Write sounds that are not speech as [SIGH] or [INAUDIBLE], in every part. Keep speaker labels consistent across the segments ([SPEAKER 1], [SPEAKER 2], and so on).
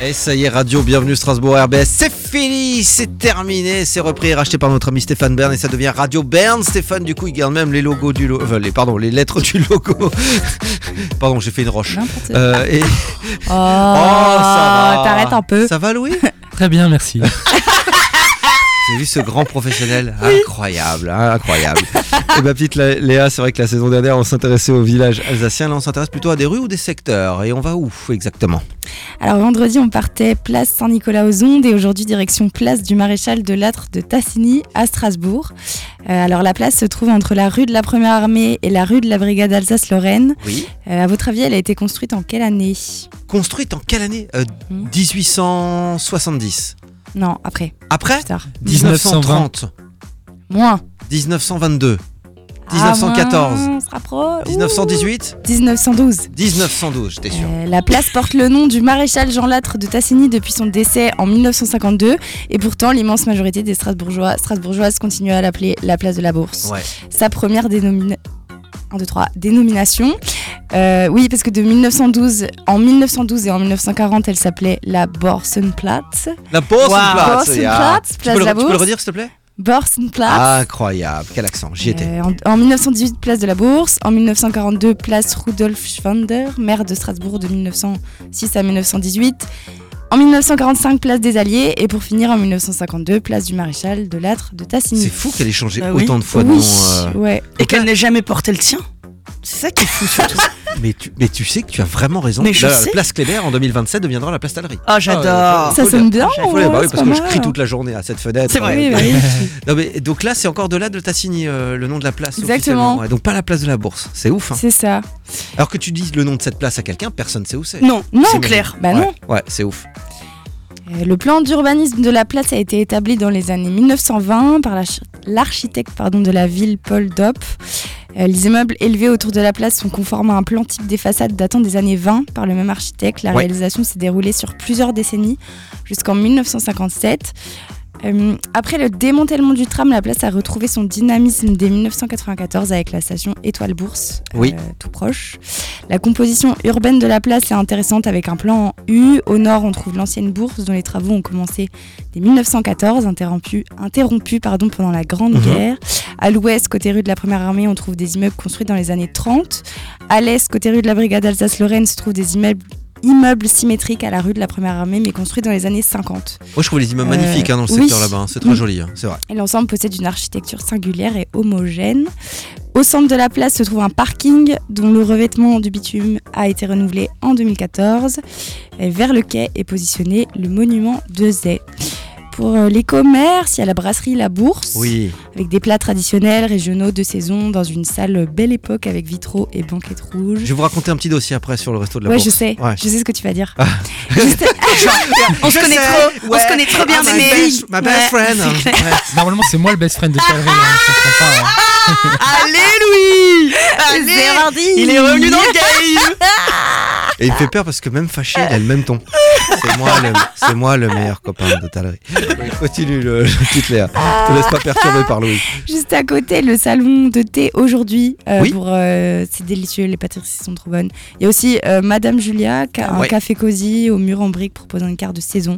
[SPEAKER 1] Et Eh, ça y est, Radio, bienvenue Strasbourg RBS. C'est fini, c'est terminé, c'est repris et racheté par notre ami Stéphane Bern et ça devient Radio Bern. Stéphane, du coup, il garde même les logos du logo. Enfin, les, pardon, les lettres du logo. [LAUGHS] pardon, j'ai fait une roche.
[SPEAKER 2] N'importe
[SPEAKER 1] Euh, et... Oh,
[SPEAKER 2] Oh,
[SPEAKER 1] ça va.
[SPEAKER 2] T'arrêtes un peu.
[SPEAKER 1] Ça va, Louis
[SPEAKER 3] Très bien, merci.
[SPEAKER 1] J'ai vu ce grand
[SPEAKER 2] [LAUGHS]
[SPEAKER 1] professionnel Incroyable, hein, incroyable. [LAUGHS] Et ma petite Lé- Léa, c'est vrai que la saison dernière, on s'intéressait au village alsacien. Là, on s'intéresse plutôt à des rues ou des secteurs. Et on va où exactement
[SPEAKER 2] Alors vendredi, on partait place Saint-Nicolas-aux-Ondes et aujourd'hui direction place du Maréchal de Lattre de Tassigny à Strasbourg. Euh, alors la place se trouve entre la rue de la Première Armée et la rue de la Brigade Alsace-Lorraine.
[SPEAKER 1] Oui.
[SPEAKER 2] Euh, à votre avis, elle a été construite en quelle année
[SPEAKER 1] Construite en quelle année Euh,
[SPEAKER 2] Hmm.
[SPEAKER 1] 1870.
[SPEAKER 2] Non, après,
[SPEAKER 1] Après
[SPEAKER 2] plus tard.
[SPEAKER 1] 1930.
[SPEAKER 2] Moins.
[SPEAKER 1] 1922.
[SPEAKER 2] Ah,
[SPEAKER 1] 1914.
[SPEAKER 2] moins, on se rapproche. Ouh.
[SPEAKER 1] 1918
[SPEAKER 2] 1912.
[SPEAKER 1] 1912, j'étais sûr.
[SPEAKER 2] Euh, la place porte le nom du maréchal Jean Lattre de Tassigny depuis son décès en 1952 et pourtant l'immense majorité des Strasbourgeois, Strasbourgeoises continue à l'appeler la place de la Bourse.
[SPEAKER 1] Ouais.
[SPEAKER 2] Sa première dénomina- un, deux, trois, dénomination. Euh, oui, parce que de 1912, en 1912 et en 1940, elle s'appelait la Borsenplatz.
[SPEAKER 1] La pause,
[SPEAKER 2] Waouh.
[SPEAKER 1] place.
[SPEAKER 2] Pause, une
[SPEAKER 1] il y a-
[SPEAKER 2] place,
[SPEAKER 1] tu,
[SPEAKER 2] place
[SPEAKER 1] peux
[SPEAKER 2] Ah. de
[SPEAKER 1] le,
[SPEAKER 2] la
[SPEAKER 1] tu peux le
[SPEAKER 2] Bourse.
[SPEAKER 1] redire, Ah, s'il te plaît
[SPEAKER 2] Borsenplatz.
[SPEAKER 1] Incroyable, quel accent, j'y étais.
[SPEAKER 2] Euh, en, en 1918, place de la Bourse. En 1942, place Rudolf Schwander, maire de Strasbourg de 1906 à 1918. En 1945, place des Alliés. Et pour finir, en 1952, place du Maréchal de Lattre de
[SPEAKER 1] C'est
[SPEAKER 2] Tassigny.
[SPEAKER 1] fou qu'elle ait changé
[SPEAKER 4] Bah oui.
[SPEAKER 1] autant de fois de
[SPEAKER 2] Ah oui,
[SPEAKER 1] nom. euh.
[SPEAKER 2] ouais.
[SPEAKER 4] Et qu'elle n'ait jamais porté le tien. C'est ça qui est fou surtout.
[SPEAKER 1] Mais, tu, mais tu sais que tu as vraiment raison.
[SPEAKER 4] Mais je
[SPEAKER 1] la, la
[SPEAKER 4] sais.
[SPEAKER 1] place Kléber en 2027 deviendra la place Tallery.
[SPEAKER 4] Oh, j'adore.
[SPEAKER 2] Ça
[SPEAKER 1] faut
[SPEAKER 2] sonne
[SPEAKER 1] le-
[SPEAKER 2] bien,
[SPEAKER 1] Faut
[SPEAKER 2] Ah, ouais,
[SPEAKER 1] le- bah oui,
[SPEAKER 2] Oh,
[SPEAKER 1] parce
[SPEAKER 2] c'est pas
[SPEAKER 1] que je
[SPEAKER 2] mal.
[SPEAKER 1] crie toute la journée à cette fenêtre.
[SPEAKER 4] C'est vrai.
[SPEAKER 1] Ouais. [LAUGHS]
[SPEAKER 2] Oui, bah oui.
[SPEAKER 1] Non, mais, donc là, c'est encore de là de Tassigny, euh, le nom de la place.
[SPEAKER 2] Exactement.
[SPEAKER 1] officiellement. Ouais, donc pas la place de la Bourse. C'est ouf. hein.
[SPEAKER 2] C'est ça.
[SPEAKER 1] Alors que tu dis le nom de cette place à quelqu'un, personne sait où c'est.
[SPEAKER 4] Non,
[SPEAKER 1] C'est
[SPEAKER 4] non, Claire.
[SPEAKER 2] Bah non.
[SPEAKER 1] Ouais, ouais, c'est ouf.
[SPEAKER 2] Euh, Le plan d'urbanisme de la place a été établi dans les années 1920 par la chi- l'architecte pardon, de la ville Paul Dopp. Euh, Les immeubles élevés autour de la place sont conformes à un plan type des façades datant des années 20 par le même architecte. La
[SPEAKER 1] Ouais.
[SPEAKER 2] réalisation s'est déroulée sur plusieurs décennies jusqu'en 1957. Euh, après le démantèlement du tram, la place a retrouvé son dynamisme dès 1994 avec la station Étoile Bourse, euh,
[SPEAKER 1] Oui.
[SPEAKER 2] tout proche. La composition urbaine de la place est intéressante avec un plan en U. Au nord, on trouve l'ancienne bourse dont les travaux ont commencé dès 1914, interrompu, interrompu pardon, pendant la Grande
[SPEAKER 1] Mhm.
[SPEAKER 2] Guerre. À l'ouest, côté rue de la Première Armée, on trouve des immeubles construits dans les années 30. À l'est, côté rue de la Brigade Alsace-Lorraine, se trouvent des immeubles immeubles symétriques à la rue de la Première Armée mais construits dans les années 50.
[SPEAKER 1] Moi, je trouve les immeubles
[SPEAKER 2] Euh,
[SPEAKER 1] magnifiques hein, dans le
[SPEAKER 2] oui.
[SPEAKER 1] secteur là-bas. hein. C'est très
[SPEAKER 2] Oui.
[SPEAKER 1] joli, hein, c'est vrai.
[SPEAKER 2] Et l'ensemble possède une architecture singulière et homogène. Au centre de la place se trouve un parking dont le revêtement du bitume a été renouvelé en 2014. Et vers le quai est positionné le monument de Zay. Pour euh, les commerces, il y a la brasserie La Bourse,
[SPEAKER 1] Oui.
[SPEAKER 2] avec des plats traditionnels, régionaux, de saison, dans une salle belle époque avec vitraux et banquettes
[SPEAKER 1] Je
[SPEAKER 2] rouges.
[SPEAKER 1] vais vous raconter un petit dossier après sur le resto de la
[SPEAKER 2] ouais,
[SPEAKER 1] Bourse.
[SPEAKER 2] je sais,
[SPEAKER 1] Ouais.
[SPEAKER 2] je sais ce que tu vas dire.
[SPEAKER 4] On se
[SPEAKER 1] Je
[SPEAKER 4] connaît
[SPEAKER 1] sais,
[SPEAKER 4] trop. On
[SPEAKER 1] ouais.
[SPEAKER 4] se connaît trop bien,
[SPEAKER 1] Ah, my
[SPEAKER 4] bébé.
[SPEAKER 1] best- my best
[SPEAKER 4] Ouais.
[SPEAKER 1] friend.
[SPEAKER 4] C'est clair.
[SPEAKER 3] Normalement, c'est moi le best friend de Tallery. hein, je comprends pas, hein.
[SPEAKER 4] [LAUGHS] Allez, Louis. Allez. Il est revenu dans le game.
[SPEAKER 1] Et il me fait peur parce que même fâché, il a le même ton. C'est moi le, c'est moi le meilleur copain de Tallery. Continue le, le petit Léa. Te laisse pas perturber par Louis.
[SPEAKER 2] Juste à côté, le salon de thé aujourd'hui. euh,
[SPEAKER 1] Oui.
[SPEAKER 2] Pour euh, c'est délicieux, les pâtisseries sont trop bonnes. Il y a aussi euh, Madame Julia, ca- un
[SPEAKER 1] Ouais.
[SPEAKER 2] café cosy au mur en briques proposant une carte de saison,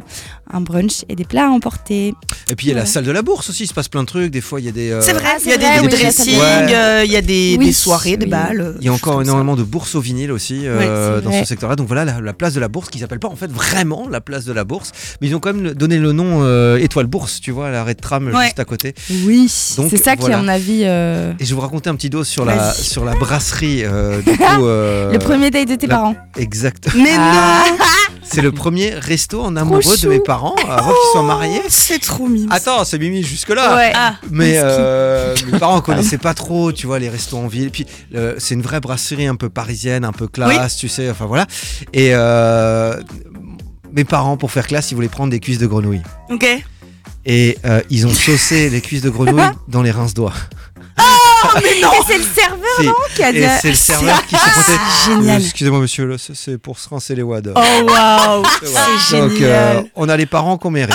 [SPEAKER 2] un brunch et des plats à emporter.
[SPEAKER 1] Et puis il y a la
[SPEAKER 2] Ouais.
[SPEAKER 1] salle de la bourse aussi, il se passe plein de trucs. Des fois, il y a des. euh,
[SPEAKER 4] [LAUGHS] C'est vrai,
[SPEAKER 2] Ah,
[SPEAKER 4] il y a
[SPEAKER 2] c'est vrai,
[SPEAKER 4] des,
[SPEAKER 1] oui,
[SPEAKER 4] des
[SPEAKER 1] j'ai
[SPEAKER 4] dressings,
[SPEAKER 1] entendu.
[SPEAKER 4] euh, il y a des,
[SPEAKER 2] Oui,
[SPEAKER 4] des soirées, des
[SPEAKER 2] oui.
[SPEAKER 4] balles. euh,
[SPEAKER 1] Il y a
[SPEAKER 4] choses
[SPEAKER 1] encore
[SPEAKER 4] comme ça.
[SPEAKER 1] énormément de bourses au vinyle aussi euh,
[SPEAKER 2] c'est
[SPEAKER 1] dans
[SPEAKER 2] vrai.
[SPEAKER 1] ce secteur-là. Donc voilà la, la place de la bourse qu'ils appellent pas en fait vraiment la place de la bourse, mais ils ont quand même le- donné le nom euh, Étoile Bourse, tu vois, à l'arrêt de tram
[SPEAKER 4] Ouais.
[SPEAKER 1] juste à côté.
[SPEAKER 2] Oui,
[SPEAKER 1] Donc,
[SPEAKER 2] c'est ça qui,
[SPEAKER 1] voilà.
[SPEAKER 2] à mon avis, euh,
[SPEAKER 1] Et je vais vous raconter un petit dos sur la
[SPEAKER 4] Vas-y.
[SPEAKER 1] sur la brasserie euh, du
[SPEAKER 2] [LAUGHS]
[SPEAKER 1] coup. euh,
[SPEAKER 2] le premier date de tes
[SPEAKER 1] la-
[SPEAKER 2] parents.
[SPEAKER 1] Exact.
[SPEAKER 4] Mais
[SPEAKER 2] Ah,
[SPEAKER 1] C'est le premier resto en amoureux de
[SPEAKER 2] chou.
[SPEAKER 1] mes parents avant qu'ils soient mariés.
[SPEAKER 4] non, c'est trop mignon.
[SPEAKER 1] Attends, c'est Mimi jusque-là.
[SPEAKER 2] Ouais.
[SPEAKER 4] Ah,
[SPEAKER 1] Mais euh, mes parents connaissaient pas trop, tu vois, les restos en ville. Puis le- c'est une vraie brasserie un peu parisienne, un peu classe, tu sais. Enfin voilà. Et euh, mes parents, pour faire classe, ils voulaient prendre des cuisses de grenouille.
[SPEAKER 4] ok.
[SPEAKER 1] Et euh, ils ont saucé les cuisses de grenouille
[SPEAKER 4] Ah
[SPEAKER 1] dans les rince doigts.
[SPEAKER 2] Et c'est le serveur
[SPEAKER 4] Ah
[SPEAKER 2] qui a dit.
[SPEAKER 1] Et c'est le serveur qui s'est
[SPEAKER 4] [LAUGHS]
[SPEAKER 1] pointé.
[SPEAKER 4] Génial.
[SPEAKER 1] Euh, Excusez-moi, monsieur, là, c'est- c'est pour se rincer les wads.
[SPEAKER 4] Oh waouh,
[SPEAKER 1] Donc,
[SPEAKER 4] c'est
[SPEAKER 1] euh,
[SPEAKER 4] génial.
[SPEAKER 1] on a les parents qu'on mérite.